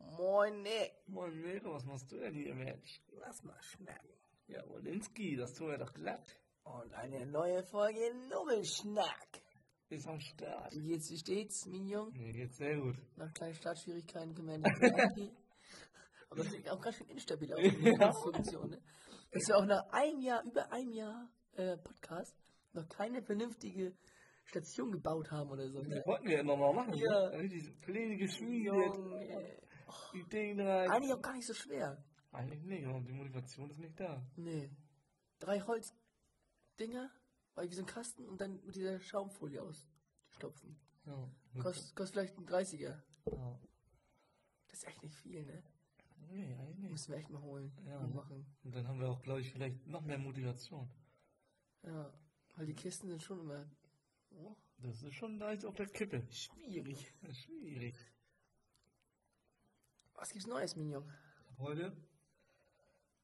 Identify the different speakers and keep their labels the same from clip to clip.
Speaker 1: Moin Nick,
Speaker 2: Moin Mirko, was machst du denn hier, Mensch?
Speaker 1: lass mal schnacken.
Speaker 2: Ja, Wolinski, das tun wir doch glatt.
Speaker 1: Und eine neue Folge Nubbelschnack.
Speaker 2: Ist am Start.
Speaker 1: Wie geht's, wie steht's, Minion?
Speaker 2: Mir geht's sehr gut.
Speaker 1: Nach kleinen Startschwierigkeiten gemeldet. Aber das sieht auch ganz schön instabil aus, die
Speaker 2: Ja.
Speaker 1: Position. Ne? Dass wir auch nach einem Jahr, über einem Jahr äh, Podcast, noch keine vernünftige Station gebaut haben oder so. Ne?
Speaker 2: Das wollten wir ja nochmal machen.
Speaker 1: Ja.
Speaker 2: ne? Richtig Pläne geschmiedet,
Speaker 1: Junge.
Speaker 2: Ideen rein.
Speaker 1: äh, Eigentlich auch gar nicht so schwer.
Speaker 2: Eigentlich nicht, und die Motivation ist nicht da.
Speaker 1: Nee. Drei Holzdinger, weil wie so ein Kasten und dann mit dieser Schaumfolie ausstopfen.
Speaker 2: Ja.
Speaker 1: Kost, kostet vielleicht ein 30er.
Speaker 2: ja.
Speaker 1: Das ist echt nicht viel, ne?
Speaker 2: Nee, eigentlich nicht.
Speaker 1: Müssen wir echt mal holen
Speaker 2: Ja.
Speaker 1: und machen.
Speaker 2: Und dann haben wir auch, glaube ich, vielleicht noch mehr Motivation.
Speaker 1: Ja, weil die Kisten sind schon immer oh,
Speaker 2: Das ist schon leicht auf der Kippe.
Speaker 1: schwierig.
Speaker 2: Das ist schwierig.
Speaker 1: Was gibt's Neues, Mignon?
Speaker 2: Ich hab heute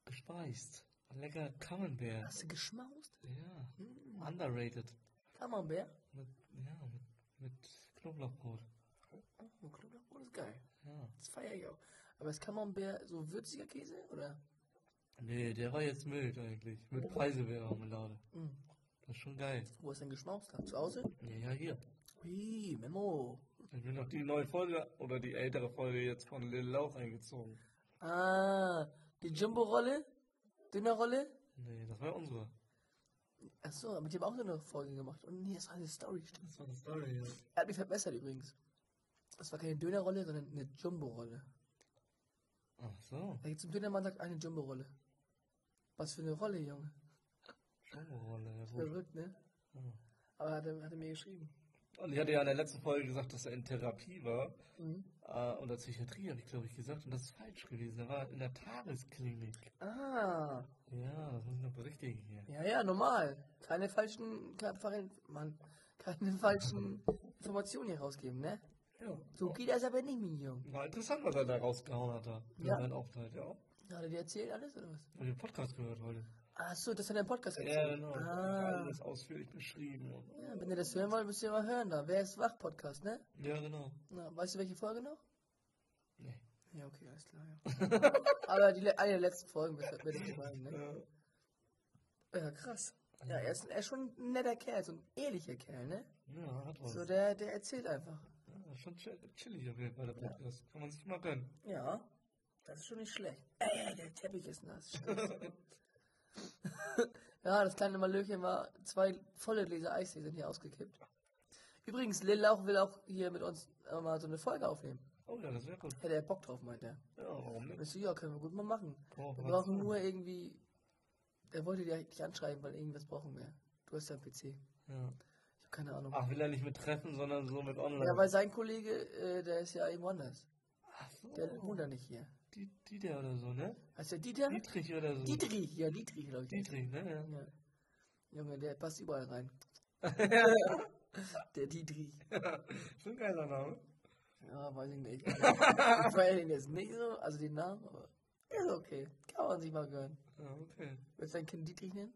Speaker 2: gespeist. Lecker Camembert.
Speaker 1: Hast du geschmaust?
Speaker 2: Ja.
Speaker 1: Hm.
Speaker 2: Underrated.
Speaker 1: Camembert?
Speaker 2: Mit, ja, mit, mit Knoblauchbrot.
Speaker 1: Oh, Knoblauchbrot ist geil.
Speaker 2: Ja.
Speaker 1: Das feier ich auch. Aber ist Camembert so würziger Käse, oder?
Speaker 2: Nee, der war jetzt mild eigentlich. Mit Preiselbeermarmelade.
Speaker 1: Hm.
Speaker 2: Das ist schon geil.
Speaker 1: Wo hast du denn geschmaust? Zu Hause?
Speaker 2: Ja, ja, hier.
Speaker 1: Ui, Memo.
Speaker 2: Ich bin noch die neue Folge oder die ältere Folge jetzt von Lil Lauch eingezogen.
Speaker 1: Ah, die Jumbo-Rolle? Dünnerrolle?
Speaker 2: Nee, das war unsere.
Speaker 1: Achso, aber die haben auch so eine Folge gemacht. Und nee, das war eine Story, stimmt.
Speaker 2: Das war eine Story, ja.
Speaker 1: Er hat mich verbessert übrigens. Das war keine Dönerrolle, sondern eine Jumbo-Rolle.
Speaker 2: Ach so,
Speaker 1: Da geht zum Dönermann und sagt, eine Jumbo-Rolle. Was für eine Rolle, Junge.
Speaker 2: Jumbo-Rolle. Ja, gut.
Speaker 1: Verrückt, ne?
Speaker 2: Ja.
Speaker 1: Aber hat er, hat er mir geschrieben.
Speaker 2: und ich hatte ja in der letzten Folge gesagt, dass er in Therapie war.
Speaker 1: Mhm.
Speaker 2: Äh, oder Psychiatrie, habe ich glaube ich gesagt. Und das ist falsch gewesen. Er war in der Tagesklinik.
Speaker 1: Ah,
Speaker 2: Ja, das muss ich noch berichtigen hier.
Speaker 1: ja, ja, normal. Keine falschen, keine, falschen- Mann, keine falschen Informationen hier rausgeben, ne?
Speaker 2: Ja.
Speaker 1: So geht das aber nicht, mein Junge.
Speaker 2: War interessant, was er da rausgehauen hat. Da.
Speaker 1: Ja.
Speaker 2: Sein Aufenthalt, ja.
Speaker 1: Hat er dir erzählt alles, oder was?
Speaker 2: Ich habe den Podcast gehört heute.
Speaker 1: Achso, das hat er im Podcast
Speaker 2: Ja,
Speaker 1: erzählt.
Speaker 2: genau.
Speaker 1: Ah.
Speaker 2: Alles ausführlich beschrieben.
Speaker 1: Ja, wenn ihr das hören wollt, müsst ihr mal hören da. Wer ist wach Podcast, ne?
Speaker 2: Ja, genau.
Speaker 1: Na, weißt du, welche Folge noch?
Speaker 2: Nee.
Speaker 1: Ja, okay, alles klar, ja. Aber die, le- eine der letzten Folgen wird wird es gefallen, ne?
Speaker 2: Äh,
Speaker 1: Ja, krass. Ja, er ist, er ist schon ein netter Kerl, so ein ehrlicher Kerl, ne?
Speaker 2: ja, hat was.
Speaker 1: So, der, der erzählt einfach.
Speaker 2: Ja, schon chill- chillig auf jeden Fall, der Podcast. Kann man sich mal gönnen.
Speaker 1: Ja, das ist schon nicht schlecht. Ey, der Teppich ist nass. stimmt. ja, das kleine Malöchen war, zwei volle Gläser Eistee sind hier ausgekippt. Übrigens, Lil Lauch will auch hier mit uns äh, mal so eine Folge aufnehmen.
Speaker 2: Oh ja, das wäre gut.
Speaker 1: Hätte er Bock drauf, meint er.
Speaker 2: Ja, warum nicht?
Speaker 1: Weißt du, ja, können wir gut mal machen. Wir
Speaker 2: Kooperation.
Speaker 1: brauchen nur irgendwie. Er wollte dir eigentlich anschreiben, weil irgendwas brauchen wir. Du hast ja einen PC. Ich
Speaker 2: Ja.
Speaker 1: habe keine Ahnung.
Speaker 2: Ach, will er nicht mit Treffen, sondern so mit Online.
Speaker 1: Ja, weil sein Kollege, äh, der ist ja irgendwo anders.
Speaker 2: Ach so.
Speaker 1: Der wohnt ja nicht hier.
Speaker 2: Die, Dieter oder so, ne?
Speaker 1: Heißt der Dieter?
Speaker 2: Dietrich oder so.
Speaker 1: Dietrich, ja, Dietrich, glaube ich.
Speaker 2: Dietrich, ne?
Speaker 1: Ja. Junge, der passt überall rein. der Dietrich.
Speaker 2: Ja. Schon ein geiler Name.
Speaker 1: Ja, weiß ich nicht. Ich feiere den jetzt nicht so, also den Namen, aber ist okay. Kann man sich mal gönnen.
Speaker 2: Ja, okay.
Speaker 1: Willst du dein Kind Dietrich nennen?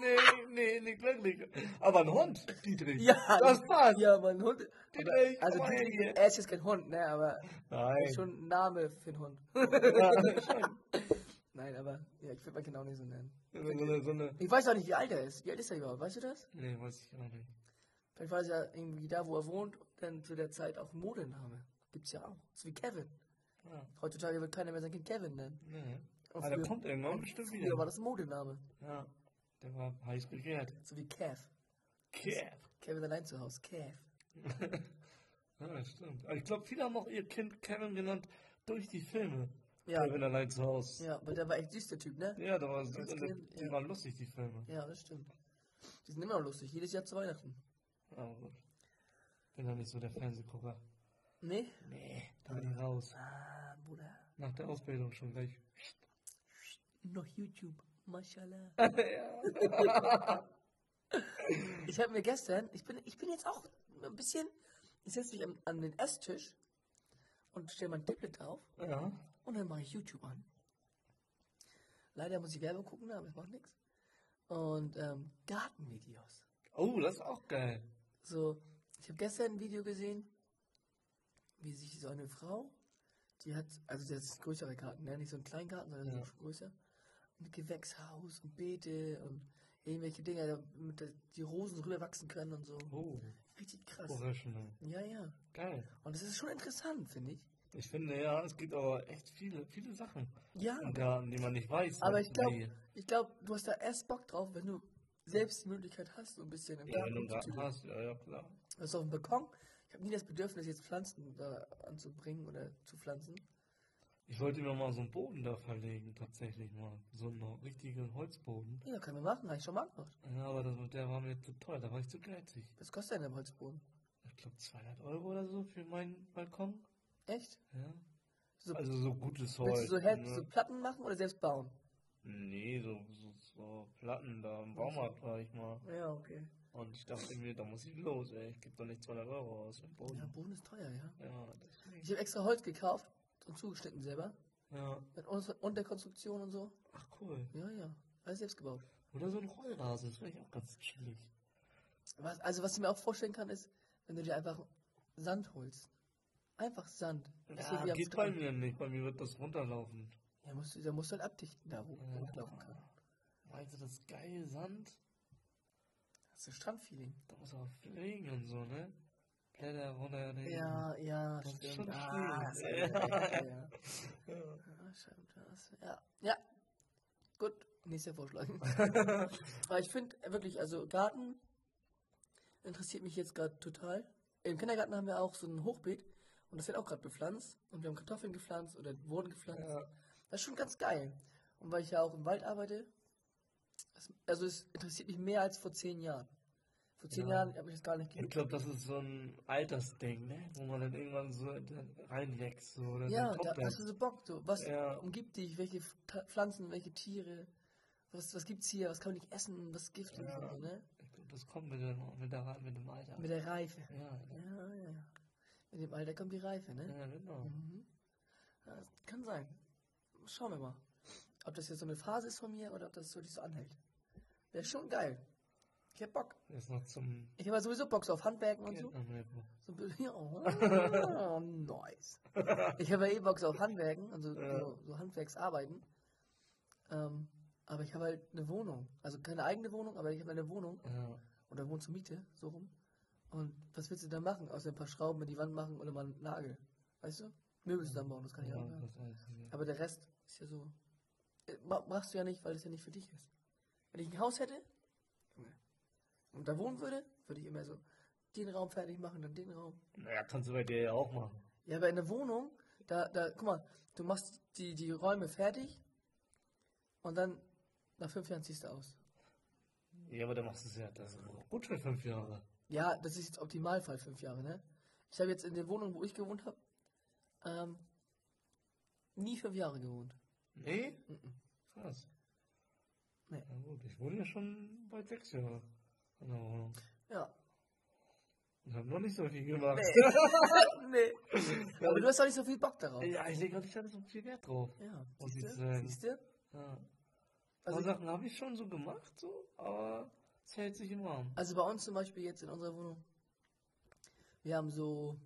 Speaker 2: Nee, nee, nicht wirklich. Aber ein Hund, Dietrich.
Speaker 1: das
Speaker 2: das passt.
Speaker 1: Ja, mein Hund.
Speaker 2: Dietrich,
Speaker 1: also,
Speaker 2: komm mal her
Speaker 1: Dietrich,
Speaker 2: hier.
Speaker 1: er ist jetzt kein Hund, ne, aber
Speaker 2: Nein.
Speaker 1: schon ein Name für einen Hund.
Speaker 2: Ja, schon.
Speaker 1: Nein, aber ja, ich würde mein Kind auch nicht so nennen.
Speaker 2: So eine, so eine,
Speaker 1: Ich weiß auch nicht, wie alt er ist. Wie alt ist er überhaupt? Weißt du das?
Speaker 2: nee, weiß ich auch nicht.
Speaker 1: Vielleicht war es ja irgendwie da, wo er wohnt, dann zu der Zeit auch ein Modename. Gibt's ja auch. Ist wie Kevin.
Speaker 2: Ja,
Speaker 1: Heutzutage wird keiner mehr sein Kind Kevin nennen.
Speaker 2: nee.
Speaker 1: Und
Speaker 2: Aber der
Speaker 1: früher-
Speaker 2: kommt irgendwann bestimmt
Speaker 1: Früher war
Speaker 2: wieder.
Speaker 1: das ein Modename.
Speaker 2: Ja, der war heiß begehrt.
Speaker 1: So wie Kev.
Speaker 2: Kev.
Speaker 1: Kevin allein zu Hause. Kev.
Speaker 2: Ja, stimmt. Aber ich glaube, viele haben auch ihr Kind Kevin genannt durch die Filme.
Speaker 1: Ja.
Speaker 2: Kevin allein zu Hause.
Speaker 1: Ja, weil der war echt süß, der Typ, ne?
Speaker 2: Ja, da war, die,
Speaker 1: Als Kind,
Speaker 2: die
Speaker 1: ja.
Speaker 2: waren lustig, die Filme.
Speaker 1: Ja, das stimmt. Die sind immer noch lustig. Jedes Jahr zu Weihnachten.
Speaker 2: Aber gut. Bin doch nicht so der Fernsehgucker.
Speaker 1: Nee?
Speaker 2: Nee, da bin ich raus.
Speaker 1: Ah, Bruder.
Speaker 2: Nach der Ausbildung schon gleich.
Speaker 1: Noch YouTube. Mashallah.
Speaker 2: ja.
Speaker 1: Ich habe mir gestern, ich bin, ich bin jetzt auch ein bisschen, ich setze mich an, an den Esstisch und stelle mein Tablet auf
Speaker 2: ja.
Speaker 1: und dann mache ich YouTube an. Leider muss ich Werbung gucken, aber es macht nichts. Und ähm, Gartenvideos.
Speaker 2: Oh, das ist auch geil.
Speaker 1: So, ich habe gestern ein Video gesehen, wie sich so eine Frau, die hat, also das ist ein größerer Garten, ne? nicht so ein Kleingarten, sondern
Speaker 2: Ja.
Speaker 1: so ein größer. Mit Gewächshaus und Beete und irgendwelche Dinger, damit da die Rosen drüber wachsen können und so.
Speaker 2: Oh,
Speaker 1: Richtig krass.
Speaker 2: professional.
Speaker 1: Ja, ja.
Speaker 2: Geil.
Speaker 1: Und es ist schon interessant, finde ich.
Speaker 2: Ich finde ja, es gibt aber echt viele, viele Sachen
Speaker 1: Ja.
Speaker 2: im Garten, die man nicht weiß.
Speaker 1: Aber ich
Speaker 2: Nee.
Speaker 1: glaube, ich glaube, du hast da erst Bock drauf, wenn du selbst die Möglichkeit hast, so ein bisschen im
Speaker 2: Ja, wenn du
Speaker 1: Garten
Speaker 2: einen Garten
Speaker 1: umzutüdeln.
Speaker 2: hast, ja, ja, klar.
Speaker 1: Du hast auf dem Balkon. Ich habe nie das Bedürfnis, jetzt Pflanzen da anzubringen oder zu pflanzen.
Speaker 2: Ich wollte mir mal so einen Boden da verlegen, tatsächlich mal. So einen richtigen Holzboden.
Speaker 1: Ja, können wir machen, habe ich schon mal gemacht.
Speaker 2: Ja, aber das, der war mir zu teuer, da war ich zu geizig.
Speaker 1: Was kostet denn der Holzboden?
Speaker 2: Ich glaube 200 Euro oder so für meinen Balkon.
Speaker 1: Echt?
Speaker 2: Ja.
Speaker 1: So,
Speaker 2: Also so gutes Holz.
Speaker 1: willst du so, Hel-
Speaker 2: ne?
Speaker 1: so Platten machen oder selbst bauen?
Speaker 2: Nee, so, so, so Platten da im Baumarkt war ich mal.
Speaker 1: Ja, okay.
Speaker 2: Und ich dachte mir, da muss ich los, ey. Ich gebe doch nicht 200 Euro aus dem
Speaker 1: Ja,
Speaker 2: Boden.
Speaker 1: Boden ist teuer, ja.
Speaker 2: Ja, deswegen.
Speaker 1: Ich habe extra Holz gekauft und zugeschnitten selber.
Speaker 2: Ja.
Speaker 1: Mit uns- und der Konstruktion und so.
Speaker 2: Ach cool.
Speaker 1: Ja, ja. Alles selbst gebaut.
Speaker 2: Oder so ein Rollrasen, das wäre ich auch ganz chillig.
Speaker 1: Was, also, was ich mir auch vorstellen kann, ist, wenn du dir einfach Sand holst. Einfach Sand. Das wird
Speaker 2: Ja,
Speaker 1: wie am
Speaker 2: geht bei
Speaker 1: Strand.
Speaker 2: mir nicht, bei mir wird das runterlaufen.
Speaker 1: Ja, musst du, da musst du halt abdichten, da wo
Speaker 2: Ja.
Speaker 1: du hochlaufen kann.
Speaker 2: Meinst du, das ist geil, Sand?
Speaker 1: Das ist ein Strandfeeling.
Speaker 2: Da muss auch fliegen und so, ne? Blätter runter. ne?
Speaker 1: Ja, ja,
Speaker 2: Das ist
Speaker 1: stimmt.
Speaker 2: schon
Speaker 1: ah, das
Speaker 2: schön.
Speaker 1: ist
Speaker 2: Ja.
Speaker 1: ja, ja. Ah, stimmt, das- ja. Ja. Gut, nächster Vorschlag. Aber ich finde wirklich, also Garten interessiert mich jetzt gerade total. Im Kindergarten haben wir auch so ein Hochbeet und das wird auch gerade bepflanzt. Und wir haben Kartoffeln gepflanzt oder wurden gepflanzt.
Speaker 2: Ja.
Speaker 1: Das ist schon ganz geil. Und weil ich ja auch im Wald arbeite, das, also es interessiert mich mehr als vor zehn Jahren. Vor zehn
Speaker 2: Ja.
Speaker 1: Jahren habe ich das gar nicht
Speaker 2: Ich glaube, das ist so ein Altersding, ne? Wo man dann irgendwann so reinwächst. So, oder
Speaker 1: Ja,
Speaker 2: dann
Speaker 1: da
Speaker 2: kommt
Speaker 1: hast du so Bock. So. Was
Speaker 2: Ja.
Speaker 1: umgibt dich? Welche Ta- Pflanzen, welche Tiere? Was, was gibt's hier? Was kann man nicht essen? Was ist giftig?
Speaker 2: Ja.
Speaker 1: und So, ne?
Speaker 2: Ich glaub, das kommt mit, der, mit, der, mit dem Alter.
Speaker 1: Mit der Reife.
Speaker 2: ja,
Speaker 1: Ja, ja. Mit dem Alter kommt die Reife, ne?
Speaker 2: ja, genau.
Speaker 1: Mhm. Ja, das kann sein. Schauen wir mal. Ob das jetzt so eine Phase ist von mir oder ob das wirklich so anhält. Wäre schon geil. Ich hab Bock.
Speaker 2: Jetzt noch zum ne?
Speaker 1: Ich habe ja sowieso Bock so auf Handwerken und so.
Speaker 2: Geldnahmebuch.
Speaker 1: So ein bisschen- ja, oh, nice. Ich habe ja eh Bock so auf Handwerken, also
Speaker 2: Ja.
Speaker 1: so, so Handwerksarbeiten. Ähm, aber ich habe halt eine Wohnung. Also keine eigene Wohnung, aber ich habe eine Wohnung.
Speaker 2: Ja.
Speaker 1: Oder wohne zur Miete, so rum. Und was willst du da machen? Außer ein paar Schrauben in die Wand machen oder mal einen Nagel. Weißt du? Möbel zusammenbauen, das kann ich
Speaker 2: Ja,
Speaker 1: auch. Ja.
Speaker 2: das alles hier.
Speaker 1: Aber der Rest ist ja so. äh, ma- Machst du ja nicht, weil es ja nicht für dich ist. Wenn ich ein Haus hätte Junge, und da wohnen würde, würde ich immer so den Raum fertig machen, dann den Raum.
Speaker 2: Naja, kannst du bei dir ja auch machen.
Speaker 1: Ja, aber in der Wohnung, da, da, guck mal, du machst die, die Räume fertig und dann nach fünf Jahren ziehst du aus.
Speaker 2: Ja, aber dann machst du es ja, das ist auch gut für fünf Jahre.
Speaker 1: Ja, das ist jetzt Optimalfall, fünf Jahre, ne? Ich habe jetzt in der Wohnung, wo ich gewohnt habe, ähm, nie fünf Jahre gewohnt.
Speaker 2: Nee?
Speaker 1: Mhm.
Speaker 2: Krass.
Speaker 1: Nee.
Speaker 2: Na gut, ich wohne ja schon bald sechs Jahre in der Wohnung.
Speaker 1: Ja.
Speaker 2: Ich habe noch nicht so viel gemacht.
Speaker 1: nee. Aber du hast auch nicht so viel Bock darauf.
Speaker 2: Ja, ich lege auch nicht so viel Wert drauf.
Speaker 1: Ja,
Speaker 2: Muss ich
Speaker 1: siehst du?
Speaker 2: sagen.
Speaker 1: Siehst du?
Speaker 2: Ja.
Speaker 1: Also,
Speaker 2: Also Sachen habe ich schon so gemacht, so, aber es hält sich im Rahmen.
Speaker 1: also bei uns zum Beispiel jetzt in unserer Wohnung, wir haben so,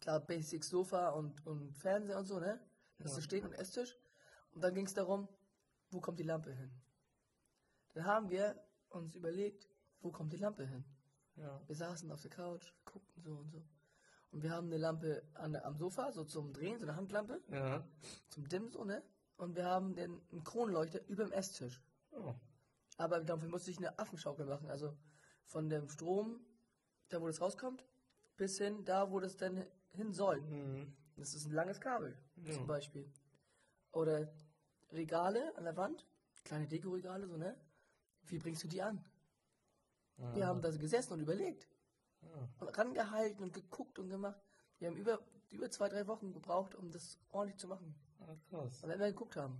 Speaker 1: klar, Basic Sofa und, und Fernseher und so, ne? Das
Speaker 2: Ja.
Speaker 1: so stehen und Esstisch. Und dann ging es darum, wo kommt die Lampe hin? Dann haben wir uns überlegt, wo kommt die Lampe hin?
Speaker 2: Ja.
Speaker 1: Wir saßen auf der Couch, guckten so und so. Und wir haben eine Lampe an, der- am Sofa, so zum Drehen, so eine Handlampe,
Speaker 2: Ja.
Speaker 1: zum Dimmen so, ne? Und wir haben den, einen Kronleuchter über dem Esstisch.
Speaker 2: Oh.
Speaker 1: Aber dafür musste ich eine Affenschaukel machen. Also von dem Strom, da wo das rauskommt, bis hin da, wo das dann hin soll.
Speaker 2: Mhm.
Speaker 1: Das ist ein langes Kabel,
Speaker 2: Ja.
Speaker 1: zum Beispiel. Oder Regale an der Wand, kleine Dekoregale, so, ne? Wie bringst du die an? Wir haben da gesessen und überlegt.
Speaker 2: Ja.
Speaker 1: Und rangehalten und geguckt und gemacht. Wir haben über, über zwei, drei Wochen gebraucht, um das ordentlich zu machen.
Speaker 2: Ah, krass.
Speaker 1: Und wenn wir geguckt haben.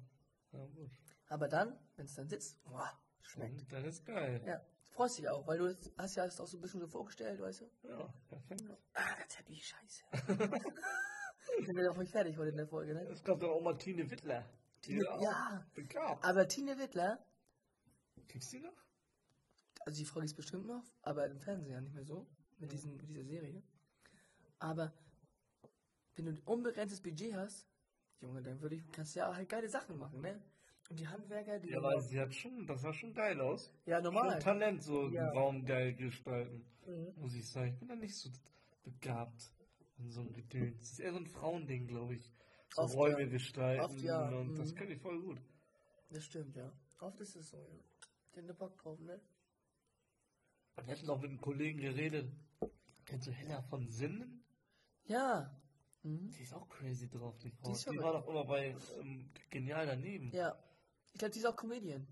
Speaker 2: Ja, gut.
Speaker 1: Aber dann, wenn es dann sitzt, boah, schmeckt.
Speaker 2: Das ist geil.
Speaker 1: Ja, freust dich auch, weil du das- hast ja das auch so ein bisschen so vorgestellt, weißt du?
Speaker 2: Ja, perfekt.
Speaker 1: Ah, das hat die Scheiße. ich bin ja auch nicht fertig heute in der Folge, ne?
Speaker 2: Es gab doch auch mal Tine Wittler.
Speaker 1: Tine-
Speaker 2: auch
Speaker 1: ja.
Speaker 2: Begabt.
Speaker 1: Aber Tine Wittler,
Speaker 2: Kriegst du die noch?
Speaker 1: also die Frage ist bestimmt noch, aber im Fernsehen ja nicht mehr so, mit, diesen, mit dieser Serie. Aber wenn du ein unbegrenztes Budget hast, Junge, dann würde ich, kannst du ja halt geile Sachen machen, ne? Und die Handwerker, die.
Speaker 2: Ja, aber sie hat schon, das sah schon geil aus.
Speaker 1: ja
Speaker 2: Normal.
Speaker 1: normal.
Speaker 2: Talent so
Speaker 1: Ja.
Speaker 2: den Raum geil gestalten.
Speaker 1: Mhm.
Speaker 2: Muss ich sagen, ich bin da nicht so begabt in so einem Gedöns. Das ist eher so ein Frauending, glaube ich. So
Speaker 1: Oft,
Speaker 2: Räume
Speaker 1: ja.
Speaker 2: gestalten
Speaker 1: Oft, ja.
Speaker 2: und das
Speaker 1: Mhm.
Speaker 2: kann ich voll gut.
Speaker 1: Das stimmt, ja. Oft ist es so, ja. Wenn du Bock drauf, ne?
Speaker 2: Wir hätten auch mit einem Kollegen geredet. Kennst du Hella von Sinnen?
Speaker 1: Ja. Mhm.
Speaker 2: Die ist auch crazy drauf, die Frau.
Speaker 1: Die
Speaker 2: Die,
Speaker 1: ist verrückt.
Speaker 2: war doch immer bei ähm, Genial daneben.
Speaker 1: Ja. Ich glaube, die ist auch Comedian.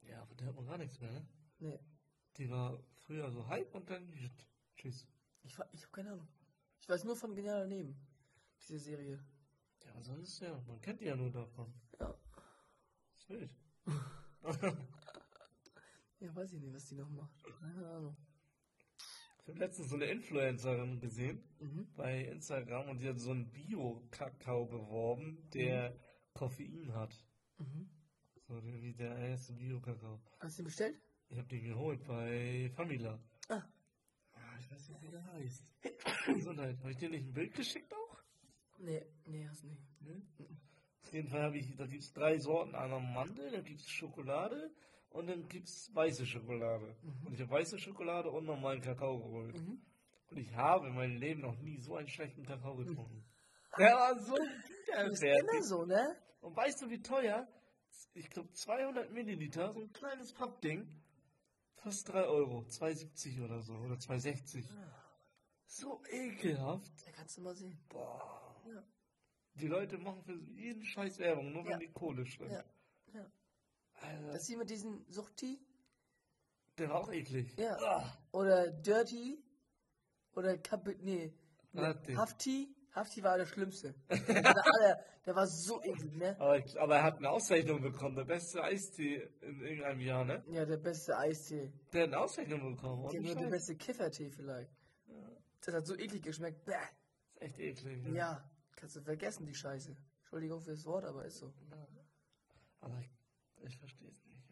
Speaker 2: Ja, von der hört man gar nichts mehr, ne?
Speaker 1: Nee.
Speaker 2: Die war früher so hype und dann tschüss.
Speaker 1: Ich, wa- ich habe keine Ahnung. Ich weiß nur von Genial daneben. Diese Serie.
Speaker 2: Ja, aber sonst ja, man kennt die ja nur davon.
Speaker 1: Ja.
Speaker 2: Ist wild.
Speaker 1: Ja, weiß ich nicht, was die noch macht. Keine Ahnung.
Speaker 2: Ich habe letztens so eine Influencerin gesehen
Speaker 1: Mhm.
Speaker 2: bei Instagram und die hat so einen Bio-Kakao beworben, der Koffein hat.
Speaker 1: Mhm.
Speaker 2: So der- wie der erste Bio-Kakao.
Speaker 1: Hast du den bestellt?
Speaker 2: Ich habe den geholt bei Famila.
Speaker 1: Ah.
Speaker 2: Ah, Ich weiß nicht, wie der heißt. Gesundheit. Habe ich dir nicht ein Bild geschickt auch?
Speaker 1: Nee, nee, hast nicht.
Speaker 2: Ne? Auf jeden Fall habe ich, da gibt es drei Sorten einmal Mandel, da gibt es Schokolade und dann gibt es weiße Schokolade.
Speaker 1: Mhm.
Speaker 2: Und ich habe weiße Schokolade und normalen Kakao geholt.
Speaker 1: Mhm.
Speaker 2: Und ich habe in meinem Leben noch nie so einen schlechten Kakao getrunken. Der war so
Speaker 1: Das ist immer
Speaker 2: widerwärtig.
Speaker 1: so, ne?
Speaker 2: Und weißt du, wie teuer? Ich glaube 200 Milliliter, so ein kleines Pappding, fast 3 Euro, 2,70 oder so, oder 2,60.
Speaker 1: Ah.
Speaker 2: So ekelhaft.
Speaker 1: Da kannst du mal sehen.
Speaker 2: Boah.
Speaker 1: Ja.
Speaker 2: Die Leute machen für jeden Scheiß Werbung, nur
Speaker 1: Ja.
Speaker 2: wenn die Kohle schlägt.
Speaker 1: Ja. Ja.
Speaker 2: Also,
Speaker 1: Das sieht man diesen Suchti
Speaker 2: der war auch eklig.
Speaker 1: Ja.
Speaker 2: Ah,
Speaker 1: oder Dirty oder Kapit. Nee.
Speaker 2: Dirty.
Speaker 1: Hafti. Hafti war der Schlimmste. der, war der, aller- der war so eklig, ne?
Speaker 2: Aber, ich, aber er hat eine Auszeichnung bekommen, der beste Eistee in irgendeinem Jahr, ne?
Speaker 1: Ja, der beste Eistee.
Speaker 2: Der hat eine Auszeichnung bekommen.
Speaker 1: Der,
Speaker 2: Und
Speaker 1: nur der
Speaker 2: Scheiß.
Speaker 1: beste Kiffertee vielleicht. Das hat so eklig geschmeckt. Bäh.
Speaker 2: Ist echt eklig. ne?
Speaker 1: Ja, kannst du vergessen, die Scheiße. Entschuldigung für das Wort, aber ist so.
Speaker 2: Aber ich, ich verstehe es nicht.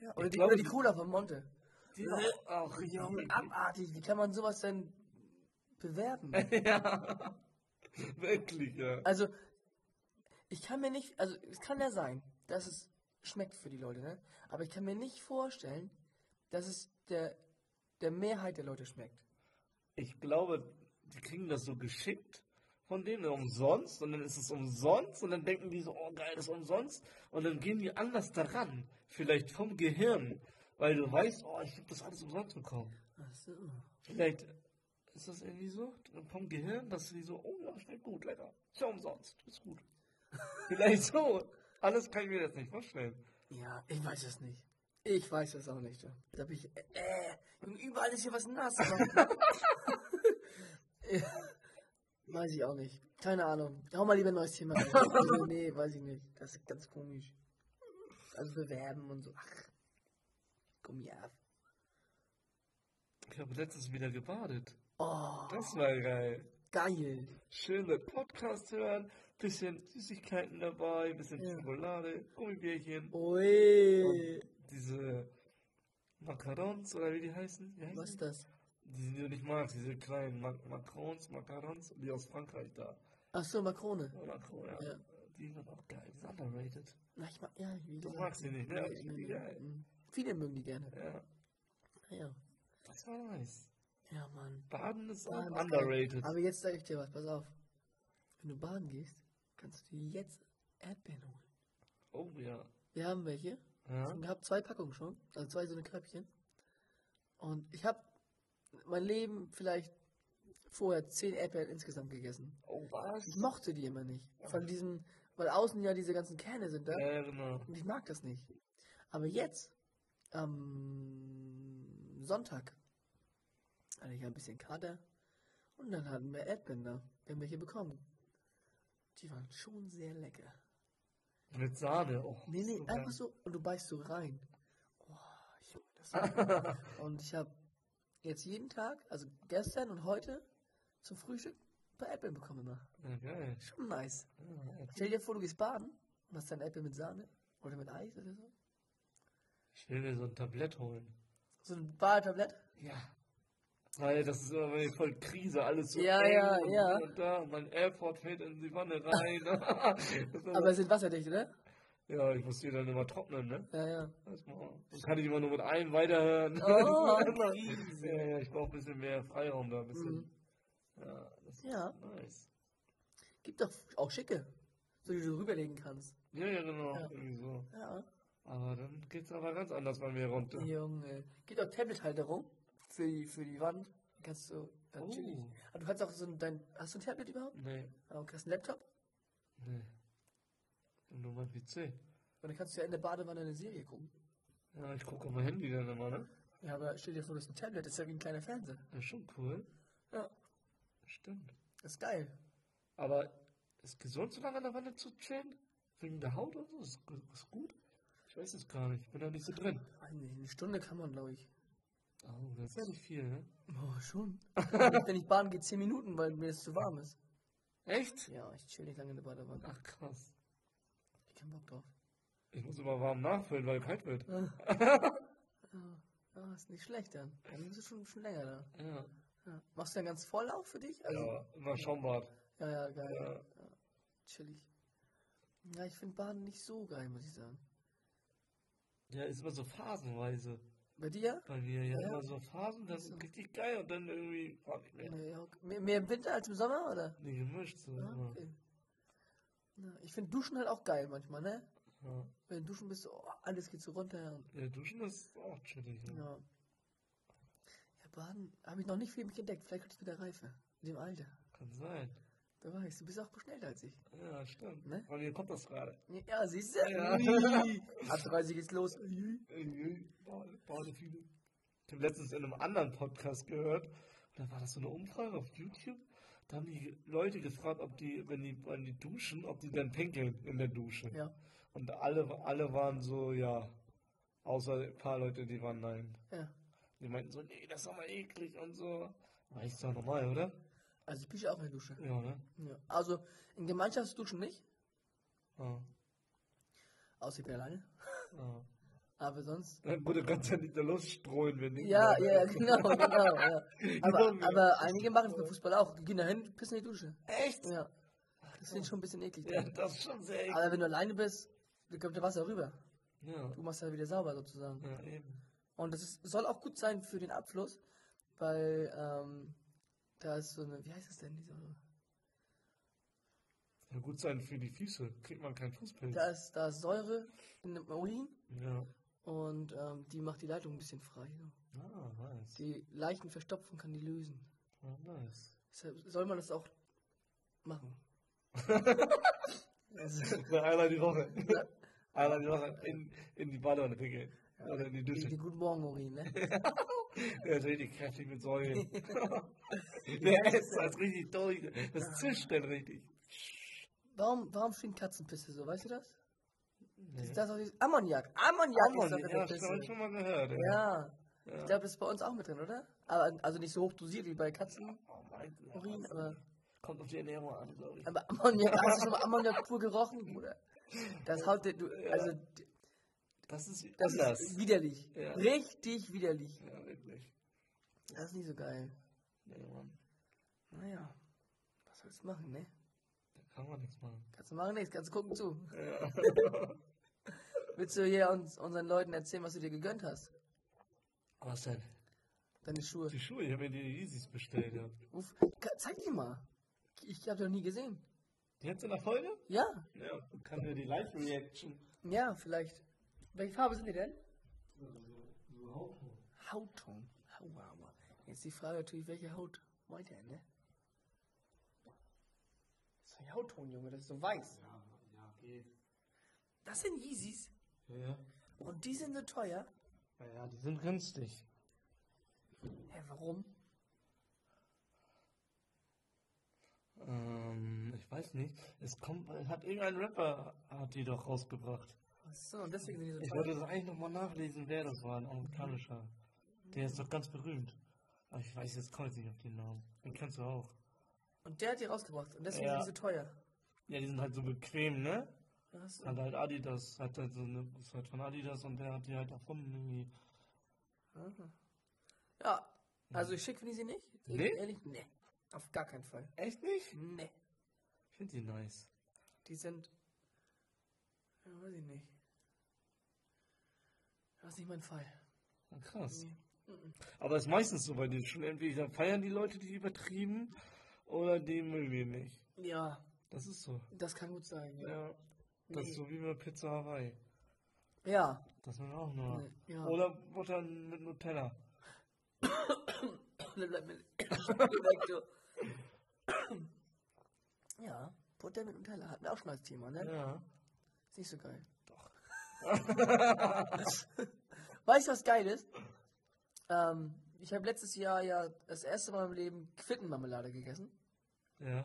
Speaker 1: Ja, oder, die,
Speaker 2: glaube,
Speaker 1: oder die
Speaker 2: die-
Speaker 1: Cola von Monte.
Speaker 2: Die auch, auch Junge.
Speaker 1: Abartig, wie kann man sowas denn bewerben?
Speaker 2: ja. Wirklich, ja.
Speaker 1: Also, ich kann mir nicht, also es kann ja sein, dass es schmeckt für die Leute, ne? Aber ich kann mir nicht vorstellen, dass es der, der Mehrheit der Leute schmeckt.
Speaker 2: Ich glaube, die kriegen das so geschickt von denen umsonst und dann ist es umsonst und dann denken die so, oh geil, das ist umsonst und dann gehen die anders daran, vielleicht vom Gehirn, weil du weißt, oh, ich habe das alles umsonst bekommen.
Speaker 1: Ach so.
Speaker 2: Vielleicht ist das irgendwie so vom Gehirn, dass die so, oh ja, schmeckt gut, lecker, ist ja umsonst, ist gut. Vielleicht so. Alles kann ich mir jetzt nicht vorstellen.
Speaker 1: Ja, ich weiß es nicht. Ich weiß es auch nicht. ja. Da bin ich, äh, äh, Junge, überall ist hier was nass. Mann. Ja, weiß ich auch nicht. Keine Ahnung. Hau mal lieber ein neues Thema. rein. Also, nee, weiß ich nicht. Das ist ganz komisch. Also bewerben und so. Ach, Gummi ab.
Speaker 2: Ich habe letztens wieder gebadet.
Speaker 1: Oh,
Speaker 2: Das war geil.
Speaker 1: geil.
Speaker 2: Schön mit Podcast hören, bisschen Süßigkeiten dabei, bisschen
Speaker 1: Ja.
Speaker 2: Schokolade, Gummibärchen,
Speaker 1: Ui.
Speaker 2: diese Macarons oder wie die heißen. Wie heißen
Speaker 1: Was ist
Speaker 2: die?
Speaker 1: das?
Speaker 2: Die sind du nicht magst, diese kleinen Mac Macarons, Macarons, die aus Frankreich da.
Speaker 1: Ach so, Makrone.
Speaker 2: Macron, ja.
Speaker 1: Ja.
Speaker 2: Die sind auch geil, die sind underrated.
Speaker 1: Na, ich mag, ja, wie
Speaker 2: Du
Speaker 1: gesagt.
Speaker 2: magst sie nicht, ne? Aber
Speaker 1: Nee,
Speaker 2: ich finde die
Speaker 1: nee,
Speaker 2: geil.
Speaker 1: nee. Viele mögen die gerne.
Speaker 2: Ja,
Speaker 1: Ja,
Speaker 2: das war nice.
Speaker 1: ja Mann.
Speaker 2: Baden ist auch
Speaker 1: Baden ist geil.
Speaker 2: underrated.
Speaker 1: Ah, Aber jetzt sage ich dir was, pass auf. Wenn du baden gehst, kannst du dir jetzt Erdbeeren holen.
Speaker 2: Oh ja.
Speaker 1: Wir haben welche.
Speaker 2: ja.
Speaker 1: Ich habe zwei Packungen schon. Also zwei so eine Körbchen. Und ich habe mein Leben vielleicht vorher zehn Erdbeeren insgesamt gegessen.
Speaker 2: Oh was?
Speaker 1: Ich mochte die immer nicht. Von diesen, weil außen ja diese ganzen Kerne sind da.
Speaker 2: Ja, genau.
Speaker 1: Und ich mag das nicht. Aber jetzt, am Sonntag, hatte ich ein bisschen Kater. Und dann hatten wir Erdbeeren da. Wir haben welche bekommen. Die waren schon sehr lecker.
Speaker 2: Mit Sahne. Oh,
Speaker 1: Nee, nee,
Speaker 2: so geil.
Speaker 1: einfach so. Und du beißt so rein. Oh, Junge, das war Und ich habe jetzt jeden Tag, also gestern und heute, zum Frühstück ein paar Erdbeeren bekommen immer.
Speaker 2: Ja, geil.
Speaker 1: Schon nice.
Speaker 2: Ja,
Speaker 1: Stell dir vor, du gehst baden und hast dann Erdbeeren mit Sahne oder mit Eis oder so.
Speaker 2: Ich will mir so ein Tablett holen.
Speaker 1: So ein Badetablett.
Speaker 2: Ja. Weil das ist immer meine voll Krise, alles so
Speaker 1: Ja,
Speaker 2: eng
Speaker 1: ja,
Speaker 2: und
Speaker 1: ja.
Speaker 2: hier Und da, und mein Airport fällt in die Wanne rein. Das ist immer-
Speaker 1: Aber es sind wasserdicht, ne?
Speaker 2: ja, ich muss die dann immer trocknen, ne?
Speaker 1: Ja, ja.
Speaker 2: Das war- Sonst kann ich immer nur mit einem weiterhören.
Speaker 1: Oh,
Speaker 2: ja, ja, ich brauche ein bisschen mehr Freiraum da, ein bisschen.
Speaker 1: Mhm.
Speaker 2: Ja, das ist
Speaker 1: Ja.
Speaker 2: nice.
Speaker 1: Gibt doch auch schicke, so die du rüberlegen kannst.
Speaker 2: Ja, ja, genau,
Speaker 1: Ja.
Speaker 2: irgendwie so.
Speaker 1: Ja.
Speaker 2: Aber dann geht's aber ganz anders bei mir runter.
Speaker 1: Junge. Gibt auch Tablet-Halterung für die, für die Wand. Kannst du äh,
Speaker 2: Oh.
Speaker 1: chillig. Aber du kannst auch so ein, dein, hast du ein Tablet überhaupt?
Speaker 2: Nee,
Speaker 1: Ja, und hast einen Laptop?
Speaker 2: nee. Nur mein PC.
Speaker 1: Und dann kannst du ja in der Badewanne eine Serie gucken.
Speaker 2: Ja, ich gucke auf mein Handy dann immer, ne?
Speaker 1: Ja, aber stell dir vor, das ist ein Tablet, das ist ja wie ein kleiner Fernseher.
Speaker 2: Das ist schon cool.
Speaker 1: Ja.
Speaker 2: Stimmt.
Speaker 1: Das ist geil.
Speaker 2: Aber ist gesund, so lange in der Wanne zu chillen? Wegen der Haut oder so? Ist, gu- ist gut? Ich weiß es gar nicht. Ich bin da nicht so drin.
Speaker 1: Weiß nicht, Eine Stunde kann man, glaube ich.
Speaker 2: Oh, das ist ja nicht viel, ne?
Speaker 1: Oh, schon. wenn, ich, wenn ich baden gehe, 10 Minuten, weil mir das zu warm ist.
Speaker 2: Echt?
Speaker 1: Ja, ich chill nicht lange in der Badewanne.
Speaker 2: Ach krass.
Speaker 1: Ich hab keinen Bock drauf.
Speaker 2: Ich muss immer warm nachfüllen, weil kalt wird.
Speaker 1: Ja, ist nicht schlecht dann. Dann bist du schon, schon länger da.
Speaker 2: Ja.
Speaker 1: Ja. Machst du dann ganz voll auch für dich? Also,
Speaker 2: ja, immer Schaumbad.
Speaker 1: ja, ja, geil.
Speaker 2: Ja.
Speaker 1: Chillig. Ja, ich finde Baden nicht so geil, muss ich sagen.
Speaker 2: ja, ist immer so phasenweise.
Speaker 1: Bei dir?
Speaker 2: Bei mir ja,
Speaker 1: Ja.
Speaker 2: immer so Phasen, das ist richtig geil und dann irgendwie war nicht mehr.
Speaker 1: Nee, ja, okay. Mehr, mehr im Winter als im Sommer, oder?
Speaker 2: Nee, gemischt so.
Speaker 1: Ja,
Speaker 2: immer.
Speaker 1: okay. Ja, ich finde Duschen halt auch geil manchmal, ne?
Speaker 2: Ja.
Speaker 1: Wenn du duschen bist, oh, alles geht so runter. Und,
Speaker 2: ja, duschen ist auch chillig. Ne?
Speaker 1: ja. ja, Baden habe ich noch nicht viel mich entdeckt. Vielleicht kommt es mit der Reife, mit dem Alter.
Speaker 2: Kann sein.
Speaker 1: Wer weiß, du bist auch schneller als ich.
Speaker 2: Ja, stimmt.
Speaker 1: Ne?
Speaker 2: Bei mir kommt das gerade.
Speaker 1: Ja, siehst du?
Speaker 2: Ja.
Speaker 1: Ab 30 geht's los.
Speaker 2: Bauen viele. Ich habe letztens in einem anderen Podcast gehört, und da war das so eine Umfrage auf YouTube. Da haben die Leute gefragt, ob die, wenn die, wenn die duschen, ob die dann pinkeln in der Dusche.
Speaker 1: Ja,
Speaker 2: Und alle, alle waren so, ja. Außer ein paar Leute, die waren nein.
Speaker 1: ja.
Speaker 2: Die meinten so, nee, das ist doch mal eklig und so. Aber ist doch normal, oder?
Speaker 1: Also ich pische auch in der Dusche.
Speaker 2: Ja, ne?
Speaker 1: Ja. Also in Gemeinschaftsduschen nicht,
Speaker 2: Ja.
Speaker 1: außer ich bin alleine.
Speaker 2: ja.
Speaker 1: Aber sonst.
Speaker 2: Na gut, du kannst ja nicht da losstreuen, wenn nicht.
Speaker 1: Ja, ja, genau, genau. Ja. Aber,
Speaker 2: Junge.
Speaker 1: aber einige machen es beim Fußball auch. Die Gehen da hin, pissen in die Dusche.
Speaker 2: Echt?
Speaker 1: Ja. Das finde ich schon ein bisschen eklig.
Speaker 2: Ja, das ist schon sehr eklig.
Speaker 1: Aber wenn du alleine bist, dann kommt der Wasser rüber.
Speaker 2: Ja,
Speaker 1: Du machst ja wieder sauber sozusagen.
Speaker 2: ja eben.
Speaker 1: Und das ist, soll auch gut sein für den Abfluss, weil ähm, da ist so eine, wie heißt das denn? Diese,
Speaker 2: Ja, gut sein für die Füße. Kriegt man keinen Fußpilz.
Speaker 1: da, ist, da ist Säure in dem Urin
Speaker 2: Ja.
Speaker 1: und ähm, die macht die Leitung ein bisschen frei. So.
Speaker 2: Ah, nice.
Speaker 1: Die leichten Verstopfung kann die lösen.
Speaker 2: Ah, nice.
Speaker 1: Deshalb soll man das auch machen. also,
Speaker 2: Na, einmal die Woche. einmal die Woche in, in die Badewanne pinkeln. Oder in die
Speaker 1: die
Speaker 2: Dusche.
Speaker 1: Guten Morgen Urin, ne?
Speaker 2: Der ist richtig kräftig mit Säulen. Der ist das richtig durch. Das zischt dann richtig.
Speaker 1: Warum, warum stehen Katzenpisse so, weißt du das?
Speaker 2: Nee.
Speaker 1: Ist das auch dieses Ammoniak? Ammoniak ist doch in der
Speaker 2: ja, das habe ich
Speaker 1: Pisse.
Speaker 2: schon mal gehört.
Speaker 1: Ja.
Speaker 2: Ja.
Speaker 1: Ich glaube, das ist bei uns auch mit drin, oder? Aber also nicht so hoch dosiert wie bei Katzenurin,
Speaker 2: Oh mein Gott.
Speaker 1: aber,
Speaker 2: Kommt auf die Ernährung an, glaube ich.
Speaker 1: aber Ammoniak, hast du schon mal Ammoniak pur gerochen, Bruder? Das haut dir, du, also,
Speaker 2: Das ist
Speaker 1: das
Speaker 2: anders.
Speaker 1: ist widerlich.
Speaker 2: Ja.
Speaker 1: Richtig widerlich.
Speaker 2: ja, wirklich.
Speaker 1: Das ist nicht so geil.
Speaker 2: Nee, Mann.
Speaker 1: Naja, was sollst du machen, ne?
Speaker 2: Da kann man nichts machen.
Speaker 1: Kannst du machen nichts, kannst du gucken zu.
Speaker 2: Ja.
Speaker 1: Willst du hier uns, unseren Leuten erzählen, was du dir gegönnt hast?
Speaker 2: Was denn?
Speaker 1: Deine Schuhe.
Speaker 2: Die Schuhe, ich habe mir die Yeezys bestellt. Ja.
Speaker 1: Uff. Ka- Zeig die mal. Ich habe die noch nie gesehen.
Speaker 2: Jetzt in der Folge?
Speaker 1: Ja,
Speaker 2: Ja. Kann mir die Live-Reaction.
Speaker 1: ja, vielleicht. Welche Farbe sind die denn?
Speaker 2: Wow.
Speaker 1: Hautton. Hautfarbe. Jetzt die Frage natürlich, welche Haut weiter, ne? Das ist ein Hautton, Junge, das ist so weiß.
Speaker 2: Ja, ja, geht.
Speaker 1: Das sind Yeezys.
Speaker 2: Ja.
Speaker 1: Und die sind so teuer.
Speaker 2: Naja, die sind günstig.
Speaker 1: Hä, warum?
Speaker 2: Ähm, ich weiß nicht. Es kommt, hat irgendein Rapper hat die doch rausgebracht.
Speaker 1: Achso, und deswegen sind die so
Speaker 2: Ich
Speaker 1: teuer.
Speaker 2: wollte das eigentlich nochmal nachlesen, wer das war, ein amerikanischer. Der ist doch ganz berühmt. Aber ich weiß jetzt kommt nicht auf den Namen. Den kennst du auch.
Speaker 1: Und der hat die rausgebracht. Und deswegen
Speaker 2: Ja.
Speaker 1: sind die so teuer.
Speaker 2: Ja, die sind halt so bequem, ne?
Speaker 1: Achso.
Speaker 2: Hat halt Adidas, hat halt so eine, ist halt von Adidas und der hat die halt erfunden irgendwie.
Speaker 1: Mhm. Ja, Also schick finde ich sie nicht. Sag ich
Speaker 2: Nee?
Speaker 1: Ehrlich? Nee. Auf gar keinen Fall.
Speaker 2: Echt nicht?
Speaker 1: Nee.
Speaker 2: Ich finde die nice.
Speaker 1: Die sind. Ja, weiß ich nicht. Das ist nicht mein Fall.
Speaker 2: Ah, Krass.
Speaker 1: Nee. Mhm.
Speaker 2: Aber ist meistens so bei den schon entweder feiern die Leute die übertrieben oder die mögen die nicht.
Speaker 1: Ja,
Speaker 2: Das ist so.
Speaker 1: das kann gut sein. Ja.
Speaker 2: Ja. Das ist so wie bei Pizza Hawaii.
Speaker 1: ja.
Speaker 2: Das man auch nur.
Speaker 1: Nee, ja.
Speaker 2: Oder Butter mit Nutella.
Speaker 1: Dann bleibt mir- Bleibt so. ja, Butter mit Nutella hatten wir auch schon als Thema, ne?
Speaker 2: Ja.
Speaker 1: Ist nicht so geil.
Speaker 2: Doch.
Speaker 1: Weißt du, was geil ist? Ähm, ich habe letztes Jahr ja das erste Mal im Leben Quittenmarmelade gegessen.
Speaker 2: Ja.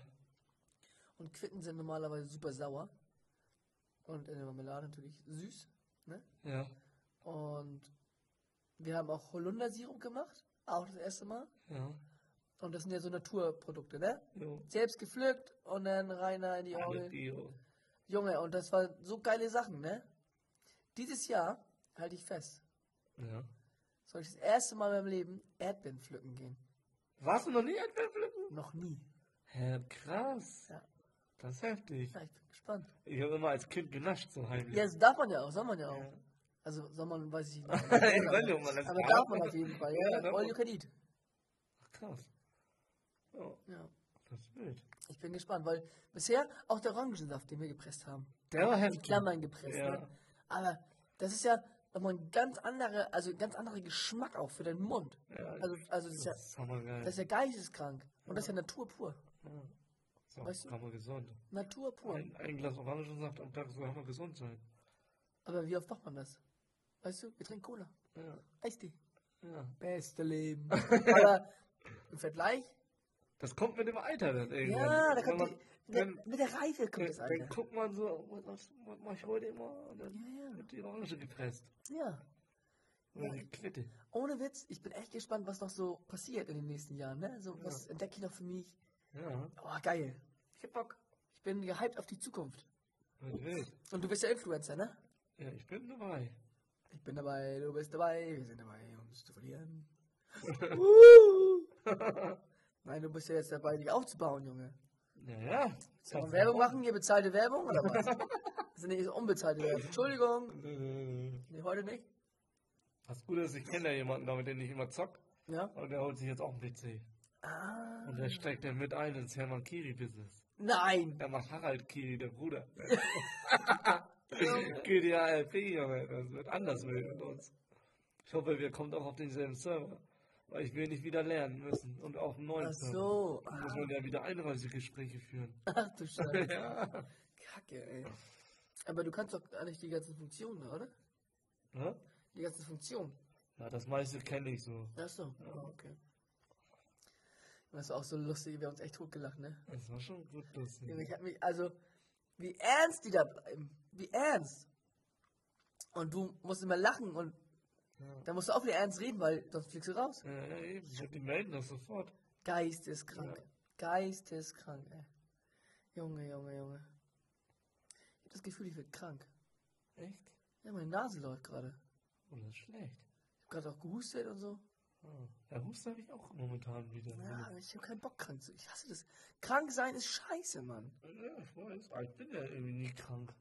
Speaker 1: Und Quitten sind normalerweise super sauer. Und in der Marmelade natürlich süß. Ne?
Speaker 2: Ja.
Speaker 1: Und wir haben auch Holundersirup gemacht. Auch das erste Mal.
Speaker 2: Ja.
Speaker 1: Und das sind ja so Naturprodukte, ne?
Speaker 2: Jo.
Speaker 1: Selbst gepflückt und dann reiner in die
Speaker 2: Alle
Speaker 1: Orgel.
Speaker 2: Bio.
Speaker 1: Junge, und das waren so geile Sachen, ne? Dieses Jahr, halte ich fest,
Speaker 2: Ja.
Speaker 1: soll ich das erste Mal in meinem Leben Erdbeeren pflücken gehen.
Speaker 2: Warst du noch nie Erdbeeren pflücken?
Speaker 1: Noch nie.
Speaker 2: Hä, krass.
Speaker 1: Ja.
Speaker 2: Das ist heftig.
Speaker 1: Ja, ich bin gespannt.
Speaker 2: Ich habe immer als Kind genascht, so heimlich.
Speaker 1: Ja, das darf man ja auch, soll man ja auch.
Speaker 2: Ja.
Speaker 1: Also soll man, weiß ich nicht.
Speaker 2: Ey, soll doch mal, das
Speaker 1: Aber
Speaker 2: darf
Speaker 1: darf
Speaker 2: man.
Speaker 1: man auf jeden Fall.
Speaker 2: Ja,
Speaker 1: Ja,
Speaker 2: darf
Speaker 1: all
Speaker 2: man.
Speaker 1: you can eat.
Speaker 2: Ach, krass. Ja,
Speaker 1: Ja.
Speaker 2: das ist wild.
Speaker 1: Ich bin gespannt, weil bisher auch der Orangensaft, den wir gepresst haben,
Speaker 2: Der war
Speaker 1: die
Speaker 2: heftig.
Speaker 1: Klammern gepresst.
Speaker 2: Ja.
Speaker 1: Ne? Aber das ist ja nochmal ein ganz anderer, also ein ganz anderer Geschmack auch für deinen Mund.
Speaker 2: Ja,
Speaker 1: Also, also das, ist ja,
Speaker 2: das ist hammergeil.
Speaker 1: das ist ja geisteskrank. Und das ist ja Natur pur.
Speaker 2: ja. So,
Speaker 1: Weißt du?
Speaker 2: hammergesund.
Speaker 1: Natur pur.
Speaker 2: Ein, ein Glas Orangensaft am Tag soll hammergesund sein.
Speaker 1: Aber wie oft macht man das? Weißt du, wir trinken Cola.
Speaker 2: Ja,
Speaker 1: Eistee.
Speaker 2: ja.
Speaker 1: Beste Leben. Aber im Vergleich,
Speaker 2: Das kommt mit dem Alter dann irgendwann.
Speaker 1: ja, da
Speaker 2: Wenn
Speaker 1: kommt
Speaker 2: man-
Speaker 1: die, der,
Speaker 2: wenn-
Speaker 1: mit der Reife kommt
Speaker 2: Dann,
Speaker 1: das
Speaker 2: dann
Speaker 1: Alter.
Speaker 2: guckt man so, was, was, was mach ich heute immer? Und dann
Speaker 1: Ja, ja.
Speaker 2: wird die Orange gepresst.
Speaker 1: Ja.
Speaker 2: Oder die Klitte.
Speaker 1: Ohne Witz, ich bin echt gespannt, was noch so passiert in den nächsten Jahren. Ne? So,
Speaker 2: Ja.
Speaker 1: Was entdecke ich noch für mich?
Speaker 2: Ja,
Speaker 1: Oh, geil. Ich hab Bock. Ich bin gehypt auf die Zukunft.
Speaker 2: wird wild.
Speaker 1: Und du bist ja Influencer, ne?
Speaker 2: Ja, ich bin dabei.
Speaker 1: Ich bin dabei, du bist dabei, wir sind dabei, um es zu verlieren. Wuhu. Nein, du bist ja jetzt dabei, dich aufzubauen, Junge.
Speaker 2: Ja, ja.
Speaker 1: Sollen wir Werbung machen? Hier bezahlte Werbung oder was? Das sind nicht unbezahlte Werbung. Entschuldigung.
Speaker 2: machen?
Speaker 1: Nee, heute nicht.
Speaker 2: Das Gute ist, ich kenne ja jemanden, damit den ich immer zock.
Speaker 1: Ja.
Speaker 2: Und der holt sich jetzt auch einen PC.
Speaker 1: Ah.
Speaker 2: Und der steigt dann mit ein ins Hermann Kiri-Business.
Speaker 1: Nein.
Speaker 2: Er macht Harald Kiri, der Bruder. GTA LP, Junge. Das wird anders mit uns. Ich hoffe, wir kommen auch auf denselben Server. Weil ich will nicht wieder lernen müssen. Und auf einen neuen
Speaker 1: Ach
Speaker 2: Server.
Speaker 1: so.
Speaker 2: Dann muss man ja wieder Einreisegespräche führen.
Speaker 1: Ach du Scheiße.
Speaker 2: ja.
Speaker 1: Kacke, ey. Aber du kannst doch gar nicht die ganzen Funktionen, oder?
Speaker 2: Ne?
Speaker 1: Die ganzen Funktionen.
Speaker 2: ja, das meiste kenne ich so.
Speaker 1: Ach so. Oh, okay. Das war auch so lustig, wir haben uns echt totgelacht, ne?
Speaker 2: Das war schon gut
Speaker 1: Junge,
Speaker 2: lustig.
Speaker 1: Ich hab mich, also, wie ernst die da bleiben. Wie ernst. Und du musst immer lachen und
Speaker 2: Ja.
Speaker 1: da musst du auch wieder ernst reden, weil sonst fliegst du raus.
Speaker 2: Ja, ja, eben. Ich hab die melden das sofort.
Speaker 1: Geisteskrank.
Speaker 2: Ja.
Speaker 1: Geisteskrank, ey. Junge, Junge, Junge. Ich hab das Gefühl, ich werde krank.
Speaker 2: Echt?
Speaker 1: Ja, meine Nase läuft gerade.
Speaker 2: Oh, das ist schlecht.
Speaker 1: Ich hab gerade auch gehustet und so.
Speaker 2: Ah. Ja, Husten habe ich auch momentan wieder.
Speaker 1: Ja, aber ich hab keinen Bock krank zu. Ich hasse das. Krank sein ist scheiße, Mann.
Speaker 2: Ja, ich weiß. Aber ich bin ja irgendwie nie krank.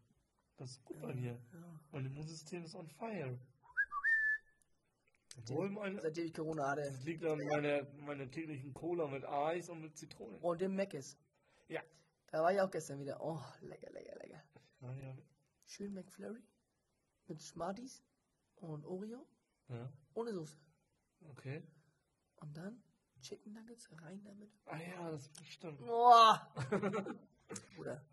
Speaker 2: Das ist gut bei mir.
Speaker 1: Ja.
Speaker 2: Mein Immunsystem ist on fire. Obwohl meine,
Speaker 1: Seitdem ich Corona hatte.
Speaker 2: das liegt an meiner, meiner täglichen Cola mit Eis und mit Zitrone.
Speaker 1: Und dem Mac ist.
Speaker 2: Ja.
Speaker 1: Da war ich auch gestern wieder. Oh, lecker, lecker, lecker.
Speaker 2: Ja, Ah ja.
Speaker 1: Schön McFlurry. Mit Smarties und Oreo.
Speaker 2: ja.
Speaker 1: Ohne Soße.
Speaker 2: Okay.
Speaker 1: Und dann Chicken Nuggets rein damit.
Speaker 2: Ah ja, das stimmt.
Speaker 1: Oh. Bruder.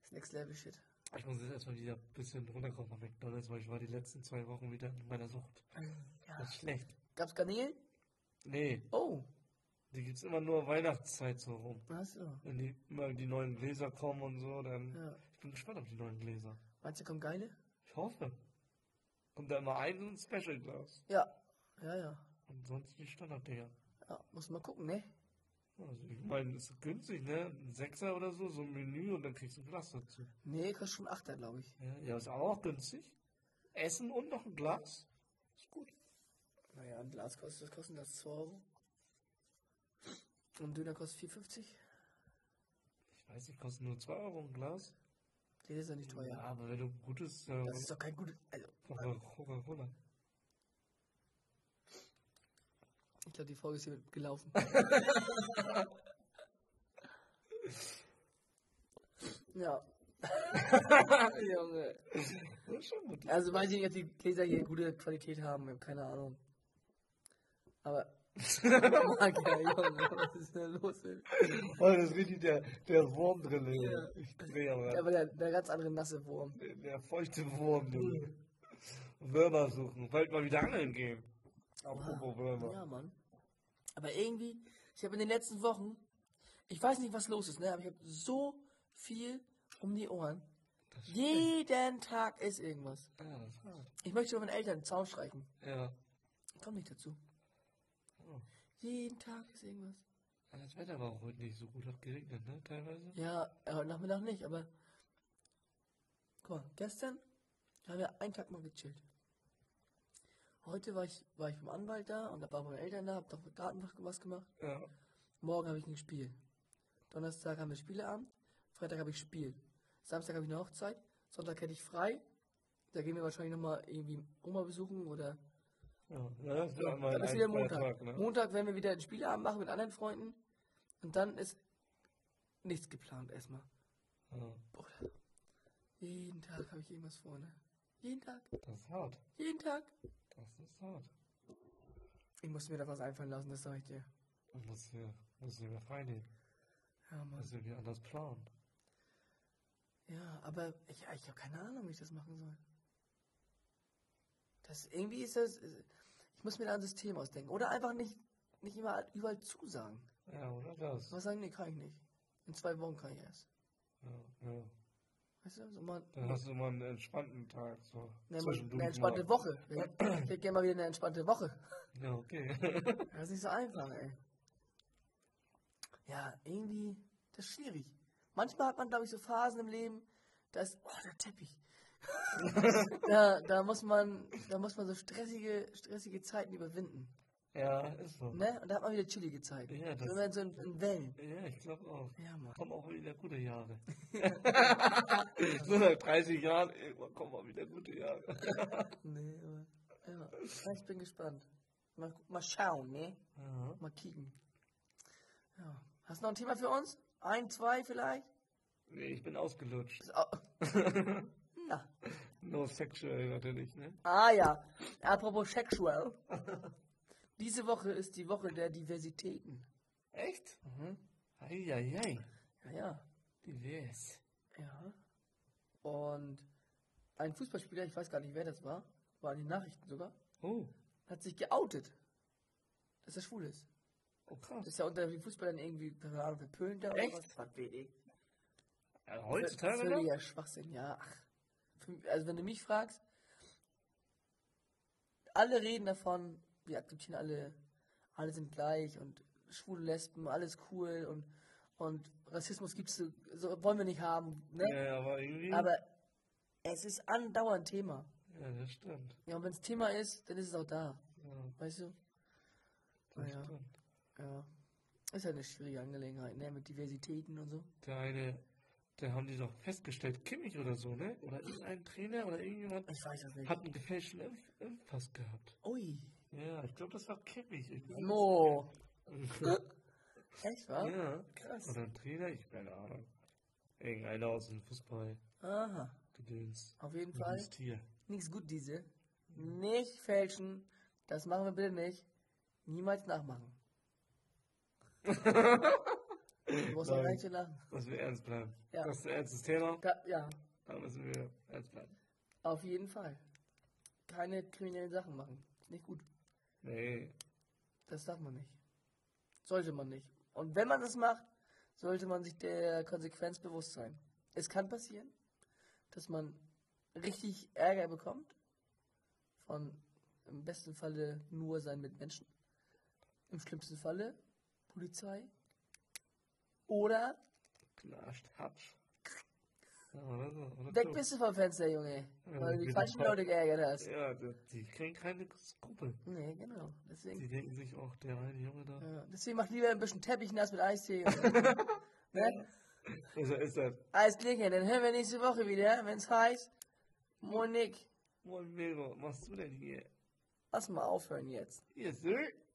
Speaker 1: Das Next Level Shit.
Speaker 2: Ich muss jetzt erstmal wieder ein bisschen runterkommen von McDonalds, weil ich war die letzten zwei Wochen wieder in meiner Sucht.
Speaker 1: Ja.
Speaker 2: Das ist schlecht.
Speaker 1: Gab's Garnelen?
Speaker 2: Nee,
Speaker 1: Oh.
Speaker 2: die gibt's immer nur Weihnachtszeit so rum.
Speaker 1: Achso.
Speaker 2: Wenn die immer die neuen Gläser kommen und so, dann.
Speaker 1: Ja.
Speaker 2: Ich bin gespannt auf die neuen Gläser.
Speaker 1: Meinst du, kommen geile?
Speaker 2: Ich hoffe. Kommt da immer ein so ein Special Glas.
Speaker 1: Ja. Ja, ja.
Speaker 2: Und sonst die Standarddinger.
Speaker 1: Ja, muss mal gucken, ne?
Speaker 2: Also ich meine, das ist günstig, ne? Ein Sechser oder so, so ein Menü und dann kriegst du ein Glas dazu.
Speaker 1: Nee, Ne, kostet schon 8er, glaube ich.
Speaker 2: Ja, ja ist aber auch günstig. Essen und noch ein Glas. Ist gut.
Speaker 1: Naja, ein Glas kostet, was kostet das? 2 Euro? Und Döner kostet 4,50?
Speaker 2: Ich weiß nicht, kosten nur 2 Euro ein Glas.
Speaker 1: Der ist ja nicht teuer.
Speaker 2: Ja, aber wenn du gutes äh,
Speaker 1: Das ist doch kein gutes. Also,
Speaker 2: Coca- Coca-Cola.
Speaker 1: ich glaube, die Folge ist hier gelaufen. ja. Junge.
Speaker 2: Das ist schon gut.
Speaker 1: Also weiß ich nicht, ob die Gläser hier gute Qualität haben, ich hab keine Ahnung. Aber. Magier, Junge, was ist denn los? Ey?
Speaker 2: Oh, das ist richtig der, der Wurm drin. Junge. Ich drehe aber.
Speaker 1: Aber der, der ganz andere nasse Wurm.
Speaker 2: Der, der feuchte Wurm, Junge. Würmer suchen. Bald mal wieder angeln gehen. Apropos Würmer.
Speaker 1: Ja, Mann. Aber irgendwie, ich habe in den letzten Wochen, ich weiß nicht, was los ist, ne? aber ich habe so viel um die Ohren. Jeden Tag ist irgendwas.
Speaker 2: Ja, das war's.
Speaker 1: Ich möchte über meine Eltern einen Zaun streichen.
Speaker 2: Ja.
Speaker 1: Ich komme nicht dazu.
Speaker 2: Oh.
Speaker 1: Jeden Tag ist irgendwas.
Speaker 2: Das Wetter war auch heute nicht so gut, hat geregnet, ne? Teilweise.
Speaker 1: Ja, äh, heute Nachmittag nicht, aber. Guck mal, gestern haben wir einen Tag mal gechillt. Heute war ich, war ich beim Anwalt da und da waren meine Eltern da, hab doch mit Garten was gemacht.
Speaker 2: Ja.
Speaker 1: Morgen habe ich ein Spiel. Donnerstag haben wir Spieleabend. Freitag habe ich Spiel. Samstag habe ich eine Hochzeit. Sonntag hätte ich frei. Da gehen wir wahrscheinlich nochmal irgendwie Oma besuchen oder.
Speaker 2: Ja, das war mal
Speaker 1: dann
Speaker 2: ein
Speaker 1: ist wieder
Speaker 2: freier
Speaker 1: Montag.
Speaker 2: Tag, ne?
Speaker 1: Montag werden wir wieder einen Spieleabend machen mit anderen Freunden. Und dann ist nichts geplant erstmal.
Speaker 2: Ja,
Speaker 1: Bruder. Jeden Tag habe ich irgendwas vorne. Jeden Tag.
Speaker 2: das ist hart.
Speaker 1: Jeden Tag.
Speaker 2: Das ist hart.
Speaker 1: Ich muss mir da was einfallen lassen, das sage ich dir.
Speaker 2: Man muss hier, muss hier mehr freinehmen.
Speaker 1: Ja, Mann.
Speaker 2: Muss irgendwie anders planen.
Speaker 1: Ja, aber ich, ich habe keine Ahnung, wie ich das machen soll. Das irgendwie ist das. Ich muss mir da ein System ausdenken. Oder einfach nicht, nicht immer überall zusagen.
Speaker 2: Ja, oder das?
Speaker 1: Was sagen, nee, kann ich nicht. In zwei Wochen kann ich erst.
Speaker 2: Ja, ja.
Speaker 1: Weißt du, so mal,
Speaker 2: Dann hast du mal einen entspannten Tag. So.
Speaker 1: ne, mal
Speaker 2: zwischendurch
Speaker 1: eine entspannte
Speaker 2: mal.
Speaker 1: Woche. Ich hätte gerne mal wieder eine entspannte Woche.
Speaker 2: Ja, okay.
Speaker 1: Das ist nicht so einfach, ey. Ja, irgendwie, das ist schwierig. Manchmal hat man, glaube ich, so Phasen im Leben, da ist, oh, der Teppich. da, da muss man, da muss man so stressige, stressige Zeiten überwinden.
Speaker 2: ja, ist so.
Speaker 1: Ne? Und da hat man wieder chillige Zeiten.
Speaker 2: Ja, das-
Speaker 1: Wenn man so in, in Wellen.
Speaker 2: Ja, ich glaube auch.
Speaker 1: Ja, Mann.
Speaker 2: Kommen auch wieder gute Jahre. so nach 30 Jahren, irgendwann kommen auch wieder gute Jahre.
Speaker 1: Nee, ne, aber, ja. Ja, Ich bin gespannt. Mal, mal schauen, ne?
Speaker 2: Ja.
Speaker 1: Mal kicken. Ja. Hast du noch ein Thema für uns? Ein, zwei vielleicht?
Speaker 2: Nee, ich bin ausgelutscht.
Speaker 1: Ist au- Na.
Speaker 2: No sexual natürlich, ne?
Speaker 1: Ah ja, apropos sexual. Diese Woche ist die Woche der Diversitäten.
Speaker 2: Echt?
Speaker 1: Mhm.
Speaker 2: Eieiei.
Speaker 1: Ja, ja,
Speaker 2: Divers.
Speaker 1: ja. Und ein Fußballspieler, ich weiß gar nicht, wer das war, war in den Nachrichten sogar,
Speaker 2: Oh,
Speaker 1: hat sich geoutet, dass er schwul ist.
Speaker 2: oh
Speaker 1: Das
Speaker 2: krass.
Speaker 1: ist ja unter den Fußballern irgendwie, keine Ahnung, verpönt da
Speaker 2: Echt?
Speaker 1: oder was. Was will ich?
Speaker 2: Ja,
Speaker 1: Völliger
Speaker 2: heutzutage noch?
Speaker 1: Schwachsinn, ja. Ach. Für- Also wenn du mich fragst, alle reden davon, wir akzeptieren alle, alle sind gleich und schwule Lesben, alles cool und, und Rassismus gibt's so, so wollen wir nicht haben, ne?
Speaker 2: Ja, aber irgendwie.
Speaker 1: Aber es ist andauernd Thema.
Speaker 2: ja, das stimmt.
Speaker 1: Ja, und wenn es Thema ist, dann ist es auch da,
Speaker 2: Ja,
Speaker 1: weißt du?
Speaker 2: das
Speaker 1: Ah, Ja.
Speaker 2: stimmt.
Speaker 1: Ja. Ist ja eine schwierige Angelegenheit, ne? Mit Diversitäten und so.
Speaker 2: Der eine, da haben die doch festgestellt, Kimmich oder so, ne? Oder irgendein Trainer oder irgendjemand
Speaker 1: Ich weiß das nicht.
Speaker 2: hat einen gefälschten Impf Impfpass gehabt.
Speaker 1: Ui.
Speaker 2: Ja, ich glaube, das war Kimmich. Ich glaub,
Speaker 1: No.
Speaker 2: das-
Speaker 1: Echt, wa?
Speaker 2: ja,
Speaker 1: Krass.
Speaker 2: Oder ein Trainer, ich keine Ahnung. Irgendeiner aus dem Fußball.
Speaker 1: Aha.
Speaker 2: Gedöns.
Speaker 1: Auf jeden Fall.
Speaker 2: Ein Tier.
Speaker 1: Nichts gut, diese. Nicht fälschen. Das machen wir bitte nicht. Niemals nachmachen. du brauchst auch
Speaker 2: Nein.
Speaker 1: gar nicht zu lachen.
Speaker 2: Dass wir ernst bleiben.
Speaker 1: Ja.
Speaker 2: Das ist ein ernstes Thema.
Speaker 1: Da, ja,
Speaker 2: Da müssen wir ernst bleiben.
Speaker 1: auf jeden Fall. Keine kriminellen Sachen machen. Ist nicht gut.
Speaker 2: Nee.
Speaker 1: Das darf man nicht. Sollte man nicht. Und wenn man das macht, sollte man sich der Konsequenz bewusst sein. Es kann passieren, dass man richtig Ärger bekommt. Von im besten Falle nur seinen Mitmenschen. Im schlimmsten Falle Polizei. Oder
Speaker 2: Knascht, hatsch. Ja, oder so, oder
Speaker 1: Weg
Speaker 2: so.
Speaker 1: bist du vom Fenster, Junge.
Speaker 2: Ja,
Speaker 1: weil du die
Speaker 2: jeden
Speaker 1: falschen
Speaker 2: Fall.
Speaker 1: Leute geärgert hast.
Speaker 2: Ja, die, die kriegen keine Skrupel.
Speaker 1: Nee, genau. Deswegen,
Speaker 2: Die denken sich auch, der eine Junge da.
Speaker 1: ja. deswegen mach lieber ein bisschen Teppich nass mit Eistee. ne?
Speaker 2: Also ist das.
Speaker 1: Alles klingelt. Dann hören wir nächste Woche wieder, wenn's heißt. Moin Nick,
Speaker 2: Moin, Mero, was machst du denn hier?
Speaker 1: lass mal aufhören jetzt.
Speaker 2: Yes, sir.